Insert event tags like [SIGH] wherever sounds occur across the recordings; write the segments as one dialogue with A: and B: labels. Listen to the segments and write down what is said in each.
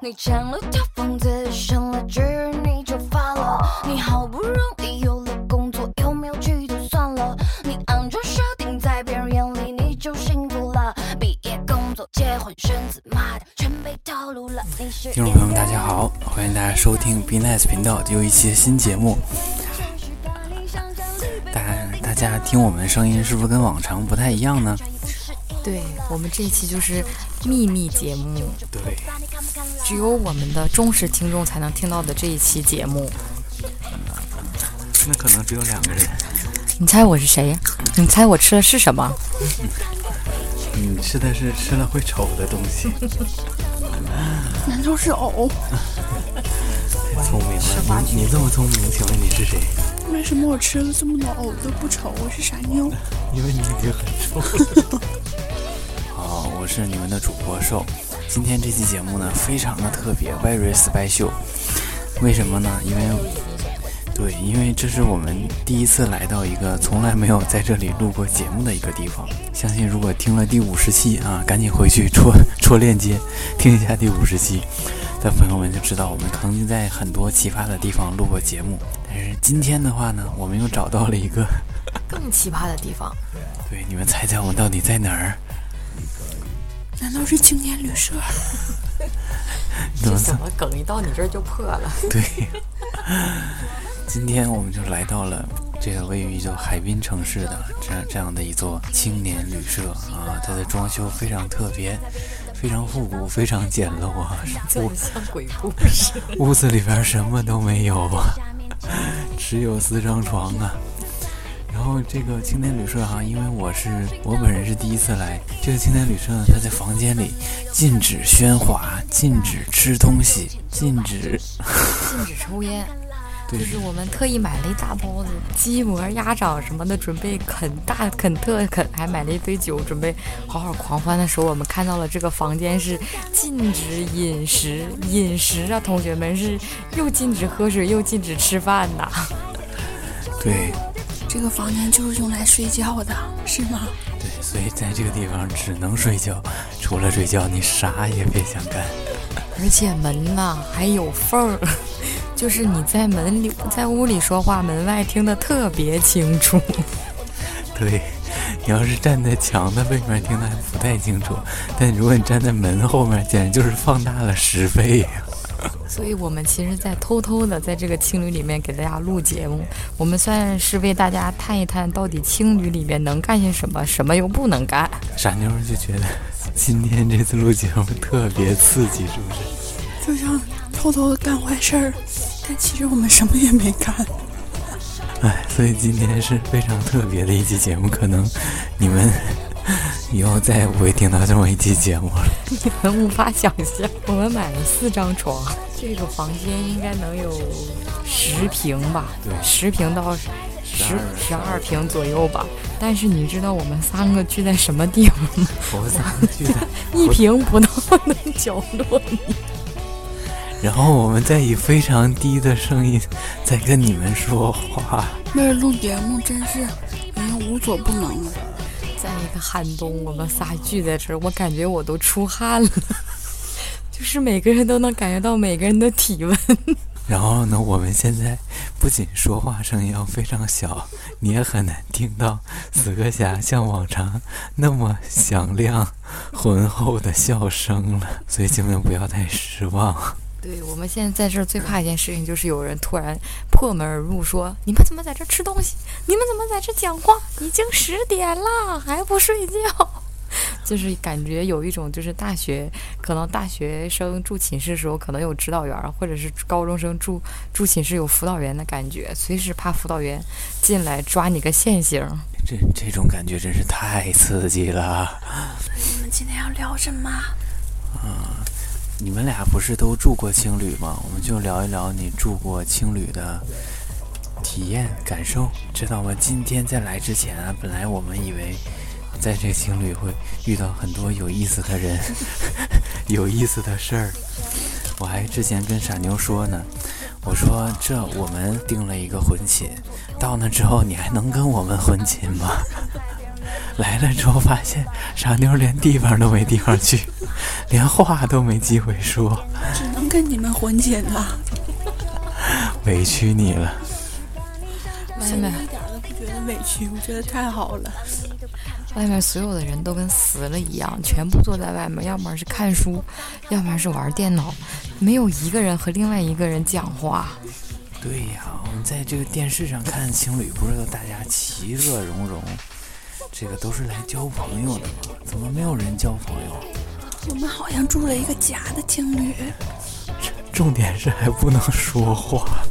A: 你抢了他房子，升了职你就发了。你好不容易有了工作，有没有去就算了。你安装设定，在别人眼里你就幸福了。毕业、工作、结婚、生子，妈的，全被套路了。你是
B: 听众朋友们，大家好，欢迎大家收听 Be Nice 频道又一期新节目。大大家听我们的声音是不是跟往常不太一样呢？
C: 对我们这一期就是秘密节目，
B: 对，
C: 只有我们的忠实听众才能听到的这一期节目。
B: 那可能只有两个人。
C: 你猜我是谁呀？你猜我吃的是什么？
B: 你吃的嗯是吃了会丑的东西，
D: 难道是藕？
B: 太聪明了。你你这么聪明，请问你是谁？
D: 为什么我吃了这么多藕都不丑？我是傻妞。
B: [LAUGHS] 因为你已经很瘦。 [LAUGHS] 好，我是你们的主播瘦。今天这期节目呢，非常的特别，very special。为什么呢？因为，对，因为这是我们第一次来到一个从来没有在这里录过节目的一个地方。相信如果听了第五十期啊，赶紧回去戳戳链接听一下第五十期的朋友们就知道，我们曾经在很多奇葩的地方录过节目。但是今天的话呢，我们又找到了一个。
C: 更奇葩的地方，
B: 对，你们猜猜我们到底在哪儿？
D: 难道是青年旅社？
B: 你们猜
C: 么梗一到你这儿就破了？
B: 对。今天我们就来到了这个位于一座海滨城市的这样这样的一座青年旅社啊，它的装修非常特别，非常复古，非常简陋啊，屋
C: 像鬼故事。
B: 屋子里边什么都没有啊，只有四张床啊。然后这个青年旅社哈、因为我是我本人是第一次来，这个青年旅社呢，它在房间里禁止喧哗，禁止吃东西，禁止 [LAUGHS]
C: 禁止抽烟，
B: 对
C: 就是我们特意买了一大包子鸡膜、鸭掌什么的，准备啃大啃特啃，还买了一堆酒，准备好好狂欢的时候，我们看到了这个房间是禁止饮食，饮食啊，同学们是又禁止喝水又禁止吃饭呐。
B: 对
D: 这个房间就是用来睡觉的，是吗？
B: 对，所以在这个地方只能睡觉，除了睡觉你啥也别想干。
C: 而且门呐还有缝儿， [LAUGHS] 就是你在门里在屋里说话，门外听得特别清楚。 [LAUGHS]
B: 对，你要是站在墙的背面听的还不太清楚，但如果你站在门后面，简直就是放大了十倍啊呀、
C: 所以我们其实，在偷偷的在这个青旅里面给大家录节目，我们算是为大家探一探，到底青旅里面能干些什么，什么又不能干。 [LAUGHS]
B: 傻妞儿就觉得今天这次录节目特 [LAUGHS] 别刺激，是不是？
D: 就像偷偷的干坏事儿，但其实我们什么也没干。
B: 哎，所以今天是非常特别的一期节目，可能你们以后再也不会听到这么一期节目了。
C: 你们无法想象，我们买了四张床，这个房间应该能有十平吧，
B: 对
C: 十平到十十二平左右吧。但是你知道我们三个聚在什么地方吗？
B: 我咋去的？
C: 一平不到 [LAUGHS] 的角落里。
B: 然后我们再以非常低的声音在跟你们说话。
D: 为了录节目，真是已经无所不能了。
C: 在一个寒冬，我们仨聚在这儿，我感觉我都出汗了， [LAUGHS] 就是每个人都能感觉到每个人的体温。
B: 然后呢，我们现在不仅说话声音要非常小，你也很难听到死磕侠像往常那么响亮、浑厚的笑声了。所以，请你们不要太失望。
C: 对我们现在在这儿最怕一件事情，就是有人突然破门而入，说：“你们怎么在这儿吃东西？你们怎么在这儿讲话？已经十点了，还不睡觉？” [LAUGHS] 就是感觉有一种，就是大学可能大学生住寝室的时候，可能有指导员儿，或者是高中生住住寝室有辅导员的感觉，随时怕辅导员进来抓你个现行。
B: 这这种感觉真是太刺激了！啊
D: 我们今天要聊什么？啊
B: 你们俩不是都住过青旅吗？我们就聊一聊你住过青旅的体验感受，知道吗？今天在来之前啊，本来我们以为在这青旅会遇到很多有意思的人， [LAUGHS] 有意思的事儿。我还之前跟傻妞说呢，我说这我们定了一个婚寝，到那之后你还能跟我们婚寝吗？ [LAUGHS] 来了之后发现傻妞连地方都没地方去，连话都没机会说。
D: 只能跟你们混姐呢，
B: 委屈你了。
C: 外面
D: 一点儿都不觉得委屈，我觉得太好了。
C: 外面所有的人都跟死了一样，全部坐在外面，要么是看书，要么是玩电脑，没有一个人和另外一个人讲话。
B: 对呀、我们在这个电视上看情侣，不是都大家其乐融融，这个都是来交朋友的嘛？怎么没有人交朋友？
D: 我们好像住了一个假的情侣，
B: 重点是还不能说话，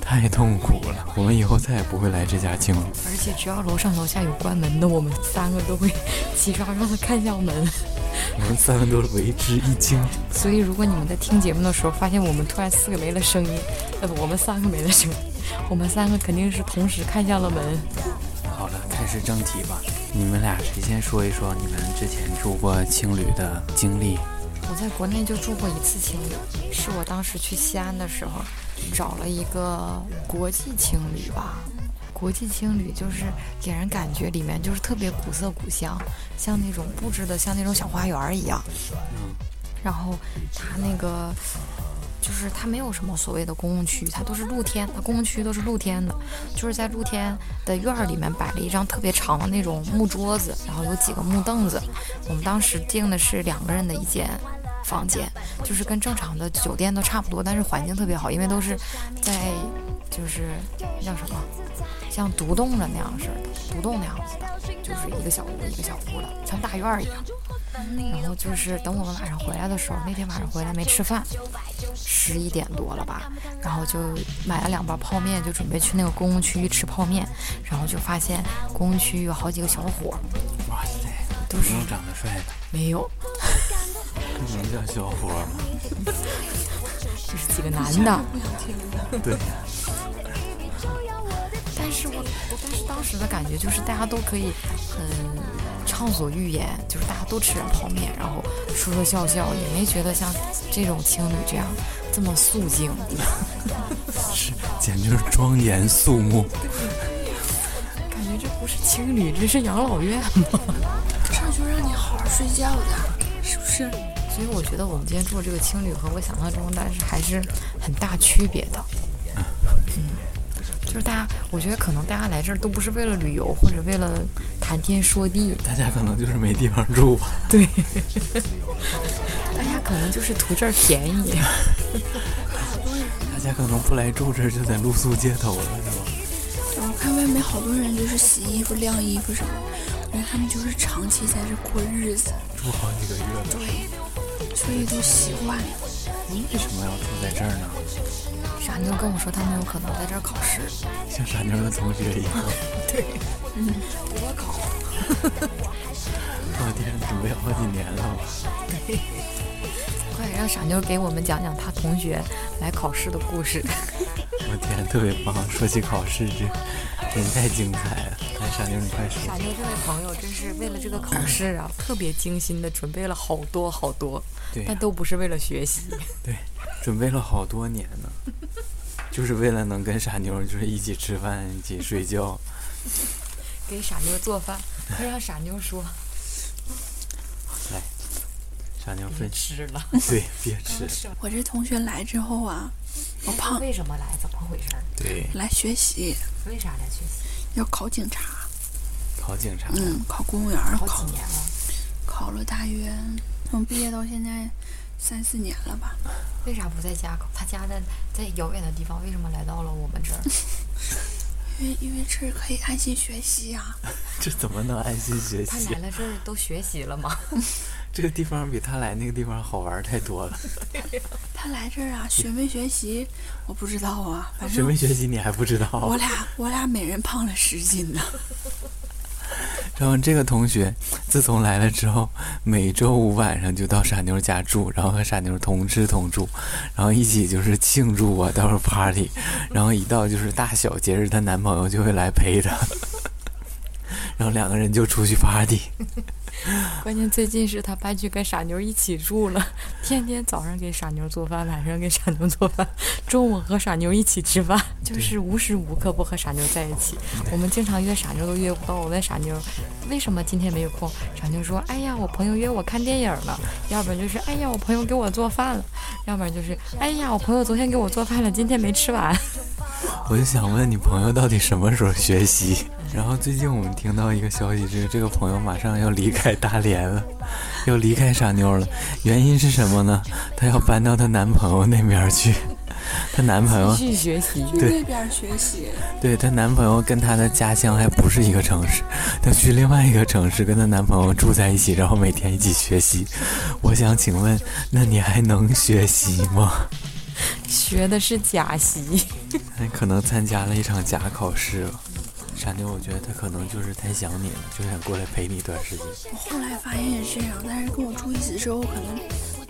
B: 太痛苦了。我们以后再也不会来这家情侣。
C: 而且只要楼上楼下有关门的，我们三个都会 [LAUGHS] 齐刷刷的看向门。
B: 我们三个都为之一惊。
C: 所以如果你们在听节目的时候发现我们突然四个没了声音，呃不，我们三个没了声音，我们三个肯定是同时看向了门。
B: 好了，开始正题吧。你们俩谁先说一说你们之前住过青旅的经历？
C: 我在国内就住过一次情侣，是我当时去西安的时候找了一个国际情侣吧。国际情侣就是给人感觉里面就是特别古色古香，像那种布置的像那种小花园儿一样。然后它那个就是它没有什么所谓的公共区，它都是露天，它公共区都是露天的，就是在露天的院儿里面摆了一张特别长的那种木桌子，然后有几个木凳子。我们当时订的是两个人的一间。房间就是跟正常的酒店都差不多，但是环境特别好，因为都是在就是那叫什么，像独栋的那样似的，独栋那样子的，就是一个小屋一个小屋的，像大院儿一样。然后就是等我们晚上回来的时候，那天晚上回来没吃饭，十一点多了吧，然后就买了两包泡面，就准备去那个公共区域吃泡面，然后就发现公共区域有好几个小伙儿，
B: 哇塞，
C: 都
B: 不
C: 是
B: 用长得帅的，
C: 没有，
B: 这能叫小伙吗？
C: 就是几个男的。
B: 对，
C: [LAUGHS] 但是我，但是当时的感觉就是大家都可以很畅所欲言，就是大家都吃着泡面，然后说说笑笑，也没觉得像这种情侣这样这么肃静。
B: 是，简直就是庄严肃穆。
C: [LAUGHS] 感觉这不是情侣，这是养老院。
D: 这就让你好好睡觉的，是不是？
C: 所以我觉得我们今天住的这个青旅和我想象中，但是还是很大区别的。嗯，就是大家，我觉得可能大家来这儿都不是为了旅游或者为了谈天说地，
B: 大家可能就是没地方住吧。
C: 大家可能就是图这儿便宜。
B: 大家可能不来住这儿，就在露宿街头了，是吧？
D: 对，我看外面好多人就是洗衣服、晾衣服什么，我看他们就是长期在这过日子，
B: 住好几个月了，
D: 所以都习惯了。
B: 为什么要住在这儿呢？
C: 傻妞跟我说他们有可能在这儿考试，
B: 像傻妞的同学一样。对，嗯，多考。啊我天，准备好几年了吧？
C: 快让傻妞给我们讲讲她同学来考试的故事。
B: 我天，特别棒！说起考试，这人太精彩了。来，傻妞，你快说。
C: 傻妞这位朋友真是为了这个考试啊，特别精心的准备了好多好多，
B: 对呀、
C: 但都不是为了学习。
B: 对，准备了好多年呢，就是为了能跟傻妞就是一起吃饭，一起睡觉。
C: 给傻妞做饭，快让傻妞说
B: 傻妞
C: 别
B: 分
C: 吃了。
D: 嗯
B: 对，别吃。
D: 我这同学来之后啊，我
C: [LAUGHS]
D: 胖
C: 为什么来？怎么回事？
B: 对，
D: 来学习
C: 为啥来学习？
D: 要考警察，
B: 考警察。
D: 嗯，考公务员儿，
C: 好
D: 考
C: 几年了，
D: 考了大约从毕业到现在三四年了吧。
C: 为啥不在家考？他家在在遥远的地方，为什么来到了我们这儿？
D: 因为因为这儿可以安心学习啊，
B: 这怎么能安心学
C: 他
B: 习
C: 来？了这儿都学习了吗？
B: 这个地方比他来那个地方好玩儿太多了。
D: 他来这儿啊，学没学习我不知道啊，反
B: 学
D: 正
B: 没学习你还不知道。
D: 我俩我俩每人胖了十斤呢。
B: 然后这个同学自从来了之后，每周五晚上就到傻妞家住，然后和傻妞同吃同住，然后一起就是庆祝啊，到时候
D: [LAUGHS]
B: party，然后一到就是大小节日，她男朋友就会来陪她， [LAUGHS] 然后两个人就出去 party。
C: 关键最近是他搬去跟傻妞一起住了，天天早上给傻妞做饭，晚上给傻妞做饭，中午和傻妞一起吃饭，就是无时无刻不和傻妞在一起。我们经常约傻妞都约不到，我问傻妞为什么今天没有空，傻妞说：“哎呀，我朋友约我看电影了，要不然就是哎呀，我朋友给我做饭了。”要不然就是哎呀，我朋友昨天给我做饭了，今天没吃完。
B: 我就想问你朋友到底什么时候学习？然后最近我们听到一个消息，这个这个朋友马上要离开大连了，要离开傻妞了。原因是什么呢？她要搬到她男朋友那边去。她男朋友
C: 继续学习，
D: 去那边学习，
B: 对她男朋友跟她的家乡还不是一个城市，她去另外一个城市跟她男朋友住在一起，然后每天一起学习。我想请问，那你还能学习吗？
C: 学的是假习。 [LAUGHS]
B: 那可能参加了一场假考试吧。傻妞，我觉得她可能就是太想你了，就想过来陪你一段时间。
D: 我后来发现也是这样，但是跟我住一起之后，可能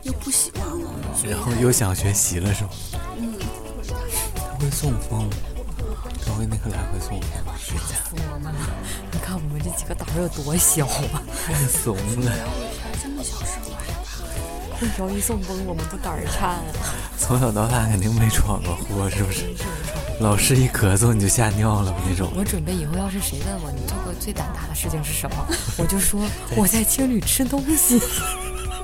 D: 又不喜欢了。所以
B: 然后又想学习了是吗？
D: 嗯，
B: 他会送风吗，他会那个来回送风吗，是的，
C: 你看我们这几个胆儿有多小啊！
B: [LAUGHS] 太怂了。
D: 这么小时候还
C: 一条一送风，我们都胆儿颤啊！
B: 从小到大肯定没闯过祸，是不是？老师一咳嗽你就吓尿了那种。
C: 我准备以后要是谁问我你做过最胆大的事情是什 [LAUGHS] 么，我就说我在青旅吃东西，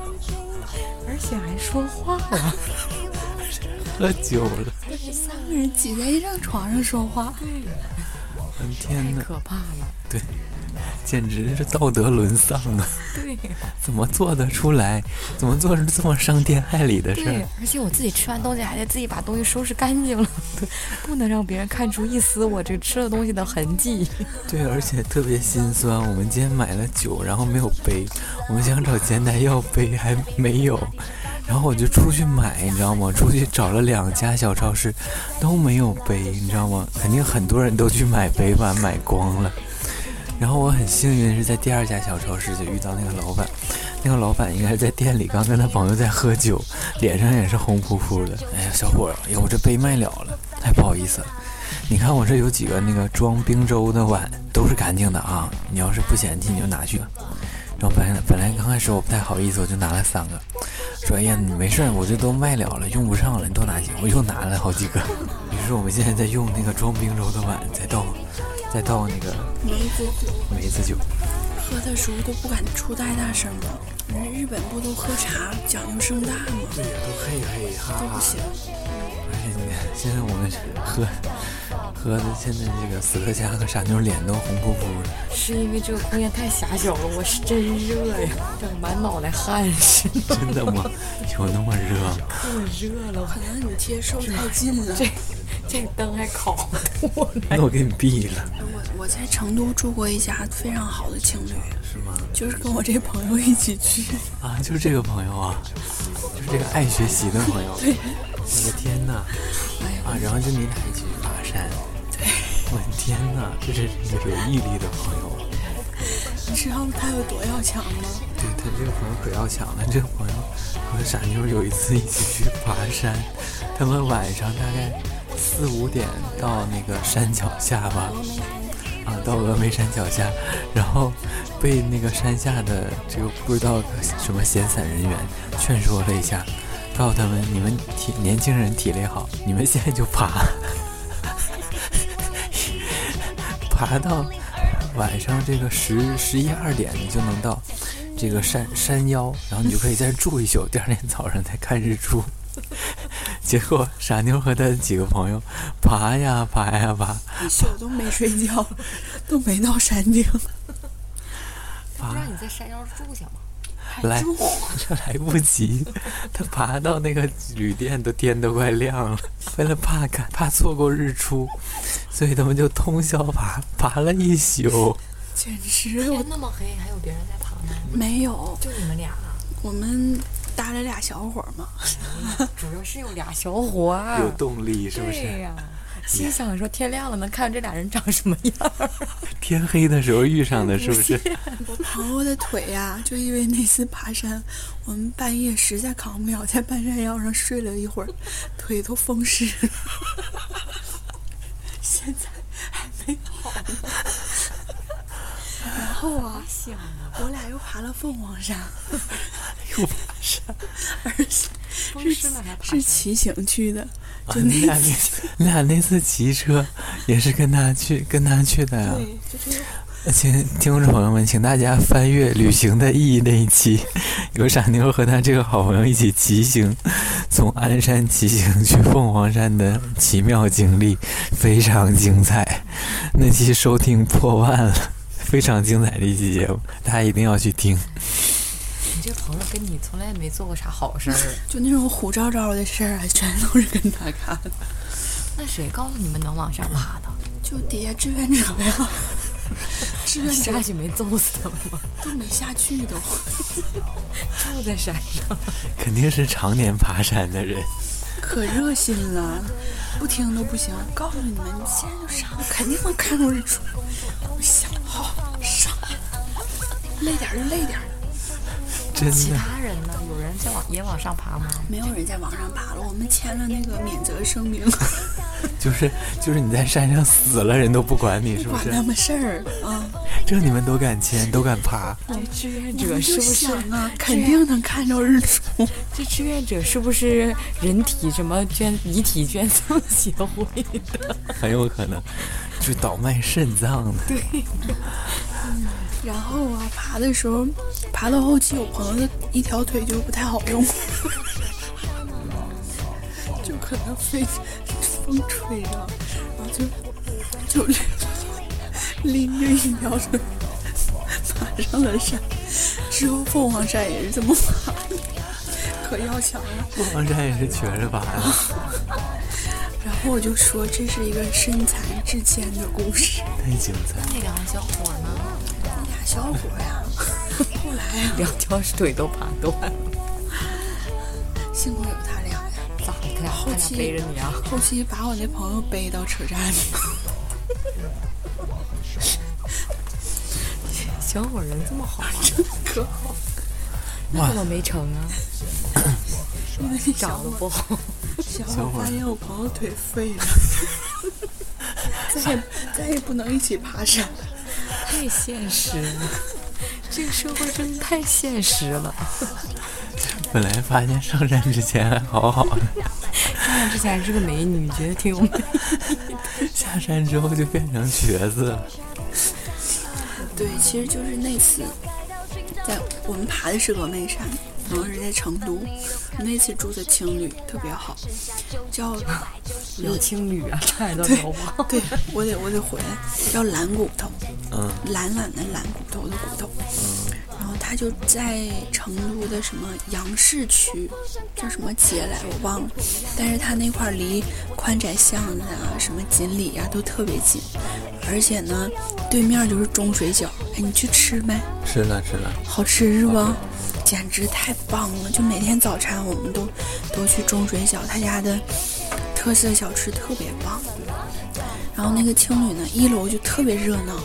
C: [LAUGHS] 而且还说话了。
B: 喝酒了，
D: 三个人挤在一张床上说话，
B: 嗯天哪，
C: 可怕了。
B: 对，简直是道德沦丧啊！
C: 对
B: 怎么做得出来？怎么做出这么伤天害理的事
C: 对
B: 儿？，
C: 而且我自己吃完东西还得自己把东西收拾干净了， [LAUGHS] 对，不能让别人看出一丝我这吃了东西的痕迹。
B: [LAUGHS] 对，而且特别心酸。我们今天买了酒，然后没有杯，我们想找前台要杯还没有，然后我就出去买，你知道吗？出去找了两家小超市，都没有杯，你知道吗？肯定很多人都去买杯吧，买光了。然后我很幸运是在第二家小超市就遇到那个老板，那个老板应该是在店里刚跟他朋友在喝酒，脸上也是红扑扑的。哎呀，小伙儿，哎呦我这杯卖了了，太不好意思了。你看我这有几个那个装冰粥的碗，都是干净的啊。你要是不嫌弃，你就拿去吧。然后本来本来刚开始我不太好意思，我就拿了三个，说哎呀你没事儿，我这都卖了了，用不上了，你多拿几个。我又拿了好几个。于是我们现在在用那个装冰粥的碗，再倒再倒那个
D: 梅子酒
B: 梅子酒。
D: 喝的时候都不敢出太大声了。人家日本不都喝茶讲究声大吗？
B: 对呀，都嘿嘿哈
D: 都
B: [LAUGHS]
D: 不行。
B: 而且你看，现在我们喝喝的现在这个死磕侠和傻妞脸都红扑扑的。
C: 是因为这个空间太狭小了，我是真热呀，整满脑袋汗 [LAUGHS] 是
B: 真的吗？有那么热吗？
C: 热了，
D: 可能你接受太近了。
C: 这灯还烤我。
B: 那我给你毙了，
D: 我我在成都住过一家非常好的情侣，
B: 是吗？
D: 就是跟我这朋友一
B: [LAUGHS]
D: 起去，
B: 啊，就是这个朋友啊，就是这个爱学习的朋友。我的天哪！啊，然后就你俩一起去爬山。我的天哪，这是一个有毅力的朋友。啊
D: 你知道他有多要强吗？
B: 对他这个朋友可要强了，这个朋友和傻妞有一次一起去爬山，他们晚上大概四五点到那个山脚下吧，啊，到峨眉山脚下，然后被那个山下的这个不知道什么闲散人员劝说了一下，告诉他们你们体年轻人体力好，你们现在就爬，爬到晚上这个十十一二点你就能到这个山山腰，然后你就可以在这住一宿，第二天早上再看日出。 [LAUGHS] 结果傻妞和她几个朋友爬呀爬呀爬，
D: 一宿都没睡觉，都没到山顶。
B: 爬
C: 让你在山腰住下嘛，
B: 来来不及，他爬到那个旅店都天都快亮了，为了怕赶怕错过日出，所以他们就通宵爬，爬了一宿。
D: 简直我
C: 哦那么黑，还有别人在旁边，
D: 没有，
C: 就你们俩、啊，
D: 我们搭了俩小伙儿嘛， [LAUGHS]
C: 主要是有俩小伙儿，
B: 有动力是不
C: 啊对
B: 是？
C: [LAUGHS] 呀、心想说天亮了能看这俩人长什么 [LAUGHS] 样儿，
B: 天黑的时候遇上的，是不是？
D: 我朋友的腿呀、就因为那次爬山，我们半夜实在扛不了，在半山腰上睡了一会儿，腿都风湿了， [LAUGHS] 现在还没好呢。然后啊，我俩又爬了凤凰山，
B: 又爬山，
D: 而且
C: 风湿了还爬
D: 是骑行去的，
B: 啊
D: 就
B: [LAUGHS] 你
D: 那
B: 俩
D: 次
B: 那次，你俩那次骑车也是跟他去，跟他去的呀、
D: 对，就这个
B: 请听众朋友们，请大家翻阅《旅行的意义》那一期，有傻妞和他这个好朋友一起骑行，从鞍山骑行去凤凰山的奇妙经历，非常精彩。那期收听破万了，非常精彩的一期节目，大家一定要去听。
C: 你这朋友跟你从来没做过啥好 [LAUGHS] 事儿，
D: 就那种虎照照的事儿啊，全都是跟他干的，
C: 那谁告诉你们能往上爬 [LAUGHS] 的？
D: 就底下志愿者呀，志愿者
C: 下去没揍死他们吗？
D: 都没下去都。
C: [LAUGHS] 住在山上，
B: 肯定是常年爬山的人，
D: 可热心了，不听都不行。告诉你们，你现在就上，肯定能看出日出。我想好上，累点儿就累点儿，
B: 真
C: 其
B: 的。
C: 他人呢？有人在往也往上爬吗？
D: 没有人在往上爬了。我们签了那个免责声 [LAUGHS] 明，
B: 就是就是你在山上死了，人都不管你，是不
D: 管
B: 是？
D: 他们事儿啊。
B: 这你们都敢签，都敢爬，
C: 这哎志愿
D: 我
C: 者
D: 们
C: 是
D: 就
C: 不是？
D: 想啊，肯定能看着日出。
C: 这志愿者是不是人体什么捐遗体捐赠协会的？
B: 很有可能就倒卖肾脏的。
D: 然后啊，爬的时候，爬到后期，我朋友的一条腿就不太好用， [LAUGHS] 就可能被风吹着，然后就就拎着一条腿爬上了山。之后凤凰山也是这么爬的，可要啊强了。
B: 凤凰山也是瘸着爬的，
D: 然后我就说，这是一个身残志坚的故事。
B: 太精彩了。
C: 那两个小伙呢？
D: 那俩小伙呀，后来啊，
C: 两条腿都爬断了，
D: 幸亏有他俩呀。
C: 咋的？他俩他
D: 后
C: 俩
D: 期
C: 背着你啊？
D: 后期把我那朋友背到车站里， [LAUGHS]
C: 小伙人这么好啊，
D: 可好？
C: 那怎么没成 [LAUGHS] 啊？
D: 因为小
C: 长得
D: 伙
C: 不好，
D: 小
B: 小
D: 伙
B: 伙
D: 发现我朋友腿废 [LAUGHS] 了，再也再也不能一起爬山。
C: 太现实了。 [LAUGHS] 这个社会真的太现实了。
B: 本来发现上山之前还好好的，
C: 看之前还是个美女，觉得挺 [LAUGHS] 有魅力。
B: 下山之后就变成瘸子了。
D: 对，其实就是那次，在我们爬的是峨眉山，然后是在成都，那次住的青旅特别好，叫
C: 聊青旅啊，差点都聊忘。
D: [LAUGHS] 对我得我得回来，叫蓝骨头，
B: 嗯，
D: 懒懒的懒骨头的骨头。然后他就在成都的什么杨市区，叫什么街来我忘了，但是他那块儿离宽窄巷子啊、什么锦里啊都特别近，而且呢，对面就是钟水饺，哎，你去吃没？
B: 吃了吃了，
D: 好吃是吧？简直太棒了！就每天早餐我们都都去钟水饺，他家的特色小吃特别棒。然后那个青旅呢，一楼就特别热闹，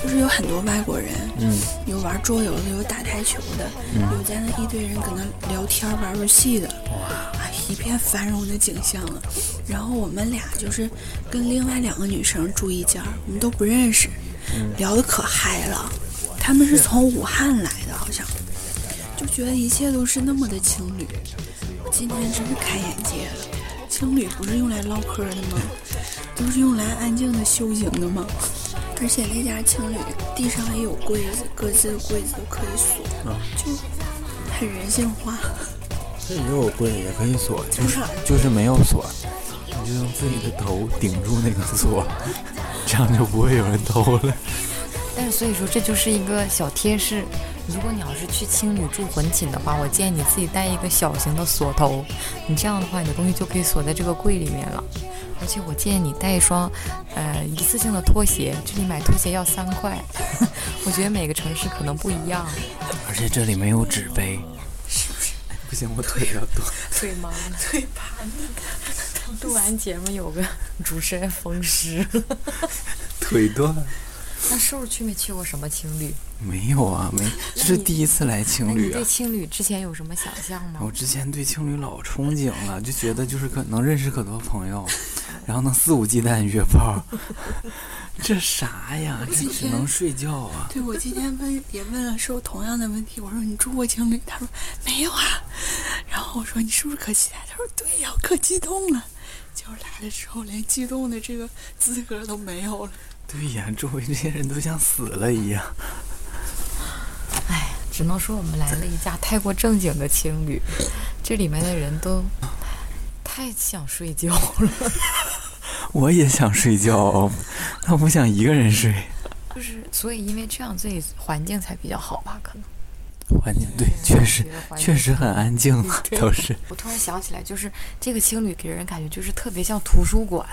D: 就是有很多外国人，
B: 嗯，
D: 有玩桌游的，有打台球的，有在那一堆人搁那聊天玩游戏的，哎，一片繁荣的景象了。然后我们俩就是跟另外两个女生住一间儿，我们都不认识，聊得可嗨了。他们是从武汉来的，好像就觉得一切都是那么的情侣。我今天真是开眼界了，情侣不是用来唠嗑的吗？都是用来安静的修行的吗？而且那家情侣地上也有柜子，各自的柜子都可以锁，就很人性化。
B: 这也有棍也可以锁，就是就是没有锁，你就用自己的头顶住那个锁，这样就不会有人偷了。
C: 但是所以说，这就是一个小贴士。如果你要是去青旅住混寝的话，我建议你自己带一个小型的锁头，你这样的话，你的东西就可以锁在这个柜里面了。而且我建议你带一双，呃，一次性的拖鞋。这里买拖鞋要三块， [LAUGHS] 我觉得每个城市可能不一样。
B: 而且这里没有纸杯，是不是？不行，我腿要断。
C: 对吗？对吧？录 [LAUGHS] 完节目有个主持人风湿，
B: 腿断？
C: [LAUGHS] 那瘦儿去没去过什么青旅？
B: 没有啊，没，这是第一次来
C: 那
B: 青
C: 你
B: 旅啊哦
C: 对。青旅之前有什么想象吗？
B: 我之前对青旅老憧憬了，就觉得就是可能认识可多朋友，然后能肆无忌惮约炮， [LAUGHS] 这啥呀？这
D: 今
B: 只
D: 天
B: 能睡觉啊！
D: 对，我今天问也问了是不是同样的问题，我说你住过情侣，他说没有啊， [LAUGHS] 然后我说你是不是可期待？他说对啊呀、我可激动了。结果来了之后，连激动的这个资格都没有了。
B: 对呀，周围这些人都像死了一样。
C: 哎，只能说我们来了一家太过正经的情侣，这里面的人都太想睡觉了。 [LAUGHS]
B: 我也想睡觉，但我想一个人睡。
C: 就是，所以因为这样，所以环境才比较好吧？可能
B: 环境对，确实
C: 觉得环境
B: 确实很安静啊，
C: 对
B: 都是。 [LAUGHS]
C: 我突然想起来，就是这个青旅给人感觉就是特别像图书馆。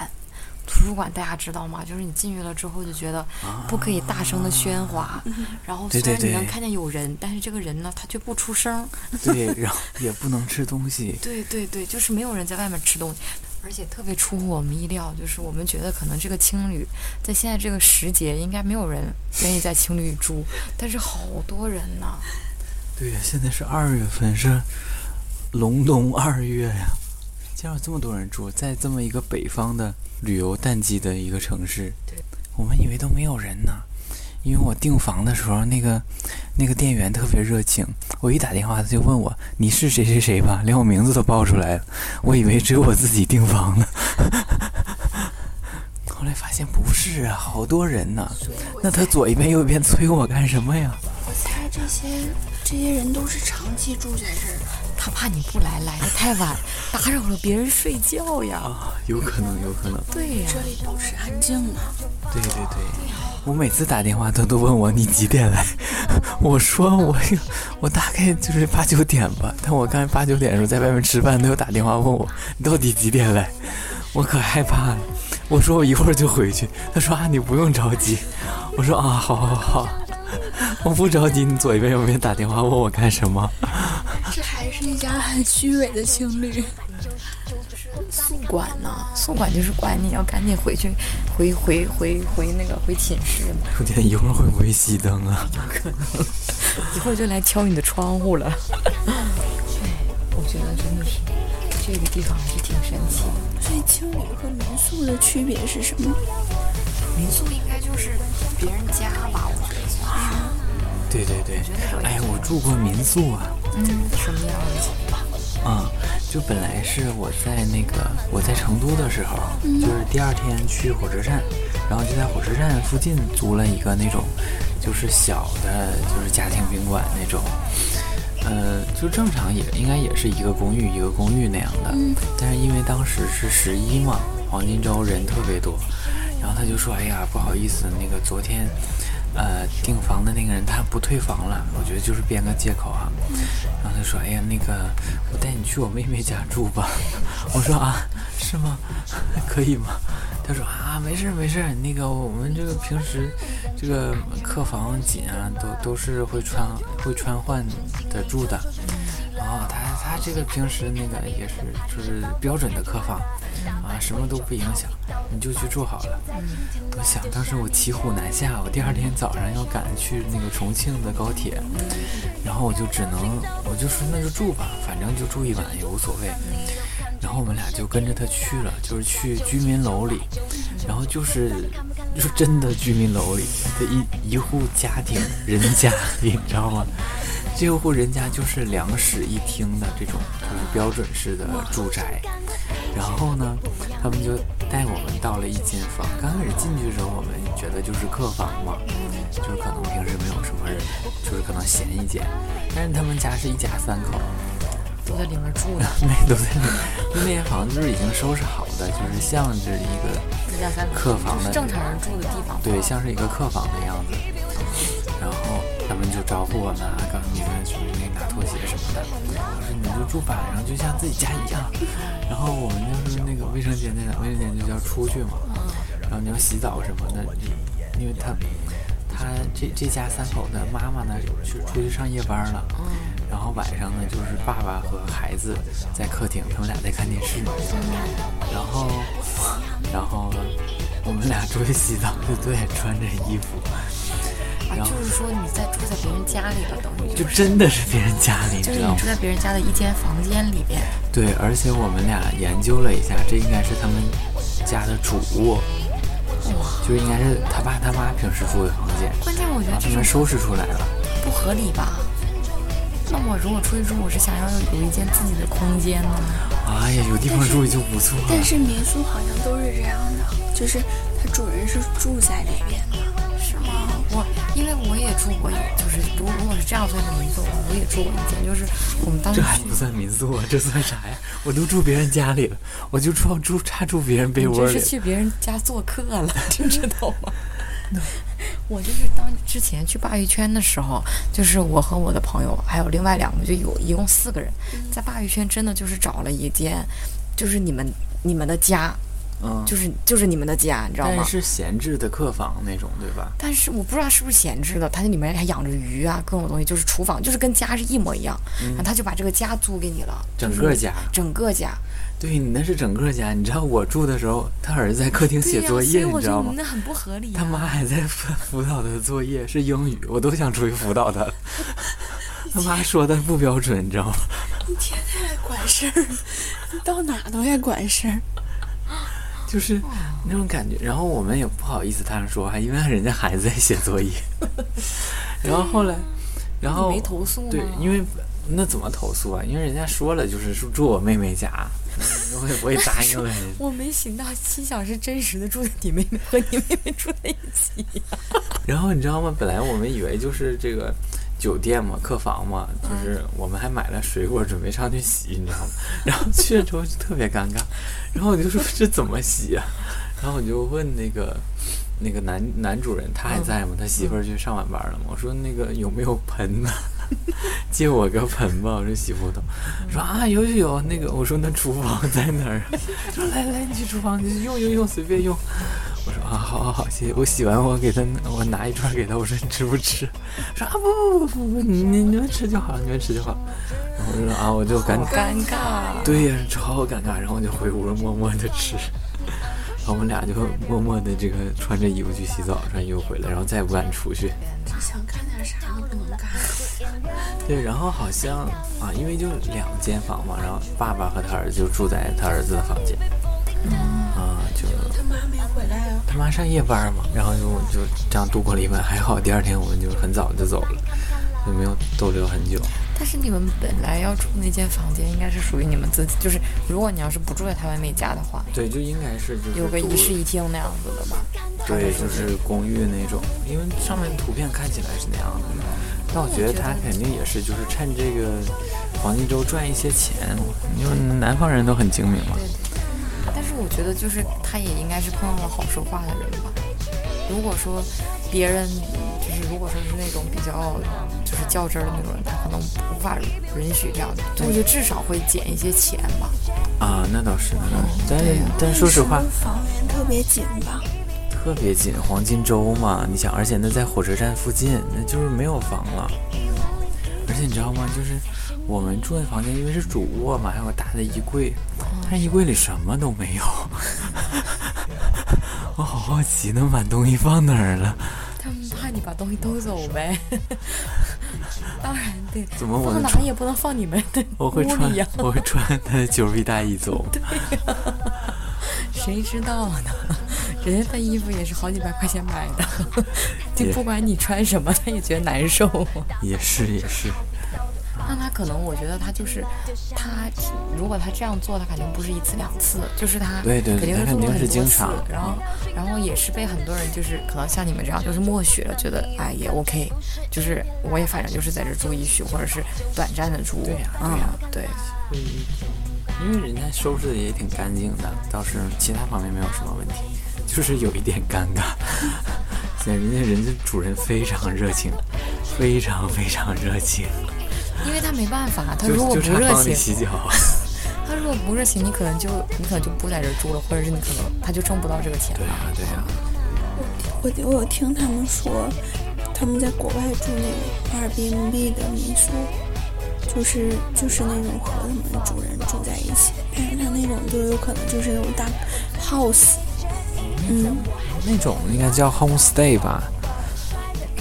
C: 图书馆大家知道吗？就是你进去了之后就觉得不可以大声的喧哗，然后虽
B: 对对
C: 然你能
B: 对
C: 看见有人，但是这个人呢他却不出声。
B: 对，然后也不能吃东西。
C: 对对对，就是没有人在外面吃东西，而且特别出乎我们意料，就是我们觉得可能这个青旅在现在这个时节应该没有人愿意在青旅住，但是好多人呐、
B: 对呀，现在是二月份，是隆冬二月呀、竟然有这么多人住在这么一个北方的旅游淡季的一个城市。
C: 对，
B: 我们以为都没有人呢，因为我订房的时候，那个那个店员特别热情，我一打电话他就问我你是谁谁谁吧，连我名字都报出来了，我以为只有我自己订房呢。 [LAUGHS] 后来发现不是啊，好多人呢、那他左一遍右一遍催我干什么呀？
D: 我猜这些这些人都是长期住在这儿的，
C: 他怕你不来，来的太晚，打扰了别人睡觉呀。
B: 啊，有可能，有可能。
C: 对呀、
D: 这里保持安静啊。
B: 对对对，我每次打电话他都问我你几点来， [LAUGHS] 我说我我大概就是八九点吧， [LAUGHS] 但我刚才八九点的时候在外面吃饭，他又打电话问我你到底几点来，我可害怕了。我说我一会儿就回去，他说啊你不用着急，我说啊好好好， [LAUGHS] 我不着急，你左一遍右一遍打电话问我干什么？ [LAUGHS]
D: 这还是一家很虚伪的情侣。
C: 宿管呢、宿管就是管你要赶紧回去，回回回回那个回寝室嘛，
B: 有点一会儿会不会熄灯啊？
C: 一会儿就来敲你的窗户了。哎， [LAUGHS] 我觉得真的是这个地方还是挺神奇的。
D: 所以青旅和民宿的区别是什么？
C: 民宿应该就是别人家吧？我觉得
B: 对对对，哎，我住过民宿啊。
C: 什么样的？
B: 啊、就本来是我在那个我在成都的时候，就是第二天去火车站，然后就在火车站附近租了一个那种，就是小的，就是家庭宾馆那种，呃，就正常也应该也是一个公寓一个公寓那样的，但是因为当时是十一嘛，黄金周人特别多，然后他就说，哎呀，不好意思，那个昨天。呃，订房的那个人他不退房了，我觉得就是编个借口啊。然后他说：“哎呀，那个，我带你去我妹妹家住吧。” [LAUGHS] 我说：“啊，是吗？ [LAUGHS] 可以吗？”他说：“啊，没事儿没事儿，那个我们这个平时这个客房紧啊，都都是会穿会穿换的住的。然后他他这个平时那个也是就是标准的客房啊，什么都不影响，你就去住好了。”我想当时我骑虎难下，我第二天早上要赶去那个重庆的高铁，然后我就只能我就说那就住吧，反正就住一晚也无所谓。然后我们俩就跟着他去了，就是去居民楼里，然后就是就是真的居民楼里的一一户家庭人家 [LAUGHS] 里，你知道吗？这户人家就是两室一厅的这种，就是标准式的住宅。然后呢，他们就带我们到了一间房。刚开始进去的时候，我们觉得就是客房嘛，就是可能平时没有什么人，就是可能闲一间。但是他们家是一家三口，
C: 都在里面
B: [LAUGHS]
C: 住的，
B: 那都在里面，那间房就是已经收拾好的，就是像是一个
C: 一家三口
B: 客房的
C: 正常人住的地方。
B: 对，像是一个客房的样子。然后他们就招呼我们啊，告诉你们去那拿拖鞋什么的。我说你们就住吧，然后就像自己家一样。然后我们就是那个卫生间在哪？卫生间就是要出去嘛。然后你要洗澡什么的，就因为他他这这家三口的妈妈呢去出去上夜班了。然后晚上呢，就是爸爸和孩子在客厅，他们俩在看电视。然后，然后我们俩出去洗澡，就对，穿着衣服，
C: 啊，
B: 然后
C: 就是说你在住在别人家里了，等于
B: 就
C: 就是
B: 真的是别人家里，你
C: 就是
B: 知
C: 你
B: 道吗
C: 住？在别人家的一间房间里边。
B: 对，而且我们俩研究了一下，这应该是他们家的主卧，就应该是他爸他妈平时住的房间，
C: 关键我觉
B: 然后
C: 得这
B: 他们
C: 种
B: 收拾出来了。
C: 不合理吧？那我如果出去住，我是想要有一间自己的空间呢。
B: 啊，哎呀，有地方住也就不错
D: 但
B: 了。
D: 是民宿好像都是这样的，就是它主人是住在里面的，是吗？
C: 我因为我也住过一，就是如如果是这样算是民宿，我也住过一间，就是我们当时
B: 这还不算民宿啊，这算啥呀？我都住别人家里了，我就住住差住别人被
C: 你
B: 窝
C: 这
B: 里
C: 是
B: 了。
C: 去别人家做客
B: [LAUGHS]
C: 了，你知道吗？我就是当之前去鲅鱼圈的时候，就是我和我的朋友还有另外两个，就有一共四个人，
B: 嗯
C: 在鲅鱼圈真的就是找了一间，就是你们你们的家，
B: 嗯，
C: 就是就是你们的家，你知道
B: 但
C: 吗？
B: 是闲置的客房那种，对吧？
C: 但是我不知道是不是闲置的，它那里面还养着鱼啊，各种东西，就是厨房就是跟家是一模一样，然后他就把这个家租给你了，
B: 嗯整
C: 就是
B: 个家
C: 整个家，
B: 对你那是整个家，你知道我住的时候，他儿子在客厅
C: 对
B: 写
C: 呀
B: 作
C: 所以
B: 业，
C: 我
B: 你知
C: 觉得
B: 道
C: 你
B: 吗
C: 们？那很不合理、啊。
B: 他妈还在辅辅导他的作业是英语，我都想出去辅导他
C: [LAUGHS]
B: 了。他妈说的不标准，你知道吗？
D: 你天天爱管事儿， [LAUGHS] 你到哪儿都爱管事儿。
C: 嗯
B: 就是那种感觉。然后我们也不好意思大声说话，啊因为人家孩子在写作
C: [LAUGHS]
B: 业。然后后来，然后
C: 你没投诉吗
B: 对，因为那怎么投诉啊？因为人家说了，就是住住我妹妹家，嗯我也我也答应了人家。
C: 我没想到，心想是真实的住在你妹妹和你妹妹住在一起。
B: 然后你知道吗？本来我们以为就是这个酒店嘛，客房嘛，就是我们还买了水果准备上去洗，你知道吗？ [LAUGHS] 然后去了之后就特别尴尬，然后我就说这怎么洗啊？然后我就问那个那个男男主人他还在吗？他媳妇儿去上晚班了吗？我说那个有没有盆呢？ [LAUGHS] 借我个盆吧，我说洗不动。说啊有有有，那个我说那厨房在哪儿啊？ [LAUGHS] 说来来你去厨房你用用用随便用。我说啊，好好好，谢谢。我洗完我给他，我拿一串给他，我说你吃不吃？说啊不不不不不，你你你们吃就好，你们吃就好。然后我就说啊，我就赶紧，
C: 尴尬，
B: 对呀、超尴尬。然后我就回屋了，默默的吃。然后我们俩就默默的这个穿着衣服去洗澡，穿衣服回来，然后再也不敢出去。
D: 你想干点啥都不能干。
B: 对，然后好像啊，因为就两间房嘛，然后爸爸和他儿子就住在他儿子的房间。啊，就
D: 他妈没回来啊？
B: 他妈上夜班嘛，然后就就这样度过了一晚，还好第二天我们就很早就走了，就没有逗留很久。
C: 但是你们本来要住那间房间，应该是属于你们自己。就是如果你要是不住在他外妹家的话，
B: 对，就应该是就是
C: 有个一室
B: 住
C: 一厅那样子的吧。
B: 对，就是公寓那种，因为上面图片看起来是那样的。但我觉得他肯定也是，就是趁这个黄金周赚一些钱，因为南方人都很精明嘛。
C: 但是我觉得，就是他也应该是碰到了好说话的人吧。如果说别人就是如果说是那种比较就是较真儿的那种人，他可能无法允许这样的，就我觉得至少会减一些钱吧。
B: 啊，那倒是，那倒是。但
C: 对呀
B: 但说实话，
D: 房源特别紧吧？
B: 特别紧，黄金周嘛，你想，而且那在火车站附近，那就是没有房了。而且你知道吗？就是我们住的房间，因为是主卧嘛，还有个大的衣柜，
C: 嗯
B: 但是衣柜里什么都没有。 [LAUGHS] 我好好奇，能把东西放哪儿了？
C: 他们怕你把东西偷走 [LAUGHS] 呗。当然对，
B: 怎么我
C: 放
B: 们
C: 哪
B: 穿
C: 儿也不能放你们的
B: 我会
C: 屋
B: 穿
C: 里呀、，
B: 我会穿他的九十一大衣
C: [LAUGHS]
B: 走。
C: 谁知道呢？人家的衣服也是好几百块钱买的，就
B: 也
C: 不管你穿什么，他也觉得难受啊。
B: 也是也是，
C: 那他可能，我觉得他就是他，如果他这样做，他肯定不是一次两次，就是他
B: 对对对
C: 肯定
B: 他
C: 是
B: 肯
C: 做过
B: 定
C: 很
B: 是
C: 多
B: 经
C: 次
B: 常嗯
C: 然后然后也是被很多人就是可能像你们这样，就是默许了，觉得哎也 OK，就是我也反正就是在这住一宿，或者是短暂的住，
B: 对呀对
C: 嗯
B: 呀
C: 对，
B: 因为人家收拾的也挺干净的，倒是其他方面没有什么问题，就是有一点尴尬。现在人家人家主人非常热情，非常非常热情，
C: 因为他没办法，他
B: 就
C: 如果
B: 就
C: 不
B: 差
C: 热
B: 帮你
C: 情，
B: 洗脚。
C: 他如果不热情，你可能就你可能就不在这儿住了，或者是你可能他就挣不到这个钱
B: 对
C: 了。
B: 呀、对啊呀、
D: 我我有听他们说，他们在国外住那个 Airbnb 的民宿，就是就是那种和他们主人住在一起，但是他那种就有可能就是那种大 house，嗯，
B: 那种应该叫 homestay 吧，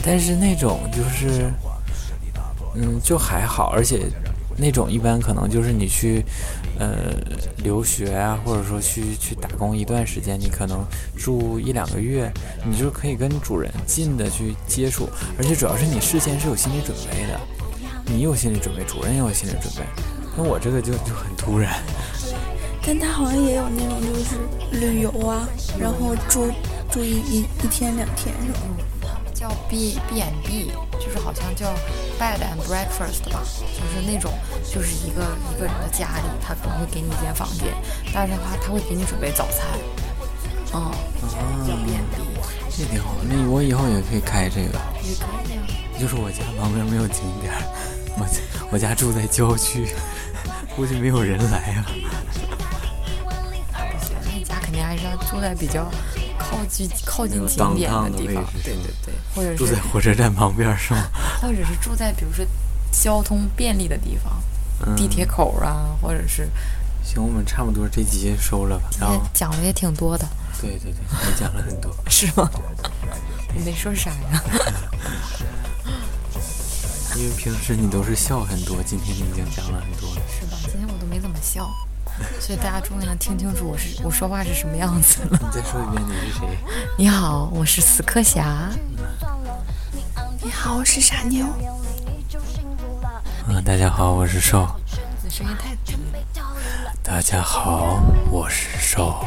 B: 但是那种就是，嗯，就还好，而且那种一般可能就是你去，呃，留学啊，或者说去去打工一段时间，你可能住一两个月，你就可以跟主人近的去接触，而且主要是你事先是有心理准备的，你有心理准备，主人也有心理准备，那我这个就就很突然，
D: 但他好像也有那种就是旅游啊，然后住住一一一天两天什么的。
C: 叫 B B and B，就是好像叫 Bed and Breakfast 吧，就是那种就是一个一个人的家里，他可能会给你一间房间，但是的话他会给你准备早餐，嗯，叫 B and B，
B: 这挺好。那我以后也可以开这个。
C: 也可以啊。
B: 就是我家旁边没有景点儿，我家我家住在郊区， [LAUGHS] 估计没有人来啊。
C: 不行，那你家肯定还是要住在比较靠近靠近景点的地方，
B: 对对对，
C: 或者
B: 住在
C: 是
B: 火车站旁边是吗？
C: 或者是住在比如说交通便利的地方， [LAUGHS]
B: 嗯
C: 地铁口啊，或者是
B: 行，我们差不多这集收了吧。然后
C: 也讲的也挺多的，
B: 对对对，你讲了很
C: [LAUGHS]
B: 多。
C: 是吗？你没说啥呀？
B: 因为平时你都是笑很多，今天你已经讲了很
C: [LAUGHS]
B: 多了。
C: 是吧？今天我都没怎么笑，所以大家终于能听清楚我是我说话是什么样子了。 [LAUGHS]
B: 你再说一遍，你是谁？
C: 你好，我是死磕侠。
D: 你好，我是傻妞。
B: 嗯，大家好，我是瘦。
C: 你声音太低了，
B: 大家好，我是瘦。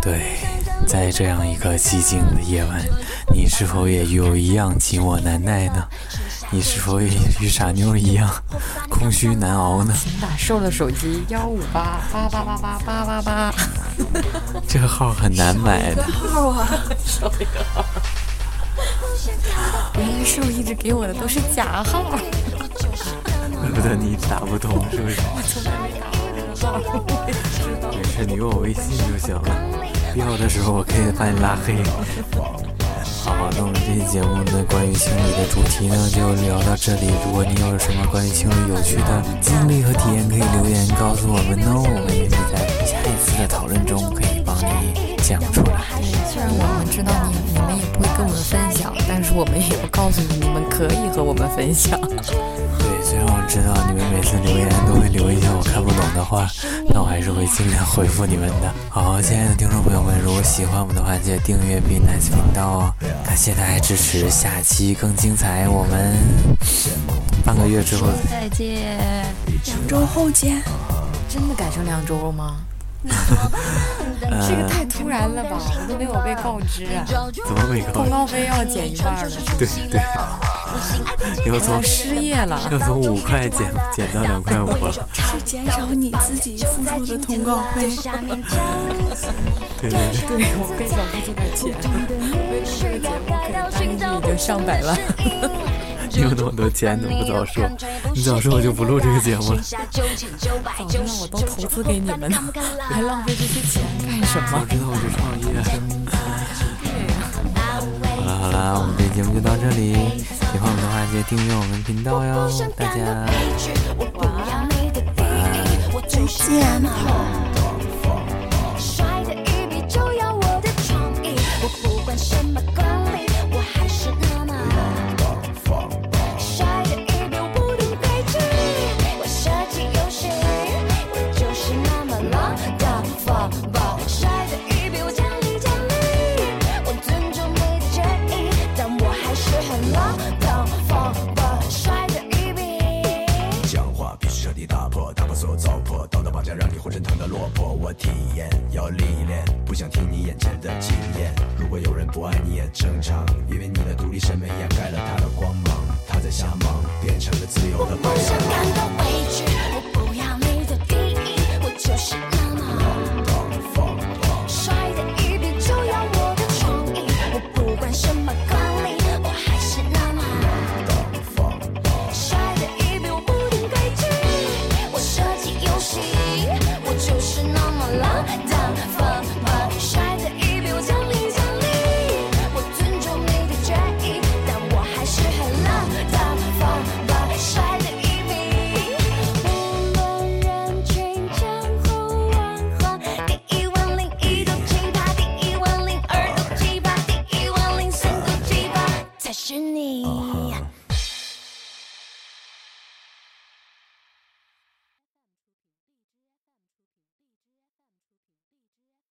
B: 对，在这样一个寂静的夜晚，你是否也与我一样寂寞难耐呢？你是否也与傻妞一样空虚难熬呢？
C: 你打瘦了手机幺五八八八八八八八八， [LAUGHS]
B: 这个号很难买的，
D: 号啊，
C: 原来瘦一直给我的都是假号。
B: [LAUGHS] 怪不得你打不通，是不是？没事，你有我微信就行了。必要的时候我可以把你拉黑。好，那我们这期节目呢，关于情侣的主题呢，就聊到这里。如果你有什么关于情侣有趣的经历和体验，可以留言告诉我们哦，我们也许在下一次的讨论中可以帮你讲出来。
C: 虽然我们知道你你们也不会跟我们分享，但是我们也要告诉你，你们可以和我们分享。
B: 对，虽然我知道你们每次留言都会留一些我看不懂的话，但我还是会尽量回复你们的。好，亲爱的听众朋友们，如果喜欢我们的话，记得订阅并 nice 频道哦。感谢大家支持，下期更精彩，我们半个月之后
C: 再见。
D: 两周后见。
C: 真的改成两周了吗？ [LAUGHS] 这个
B: 呃，
C: 太突然了吧，我都没有被告知啊。
B: [LAUGHS] 怎么没搞
C: 广？告费要减一半了，
B: 对对，
D: 哎
B: 要
C: 我
B: 从
C: 失业了。
B: 要从五块减减到两块五了。
D: 是减少你自己付出的通告费。
B: 对对对，
C: 对，我可以少付出点钱，为了这个节目可以单日已经上百万。
A: [LAUGHS]
B: 你有那么多钱，怎么不早说？你早说我就不录这个节目了。
C: 早知道我都投资给你们了，还浪费这些钱干什
B: 早
C: 么？
B: 知道我就创业。啊好了好了，我们这节目就到这里。喜欢我们的话，记得订阅我们频道哟，大家。
A: 再见。
C: 嗯
A: 摔的一笔就要我的创意，我不管什么功力，我还是那么。摔的一笔无敌规矩，我设计游戏，我就是那么浪荡风暴。摔的一笔我讲理讲理，我尊重你的决议，但我还是很浪荡风暴。摔的一笔。
E: 讲话必须彻底打破，打破所有糟粕，道德绑架让你浑身疼得落魄。我体验要历练，不想听你眼前的经验。如果有人不爱你也正常，因为你的独立审美掩盖了他的光芒，他在瞎忙，变成了自由的白
A: 梦
E: 羊
A: 想。感到畏惧，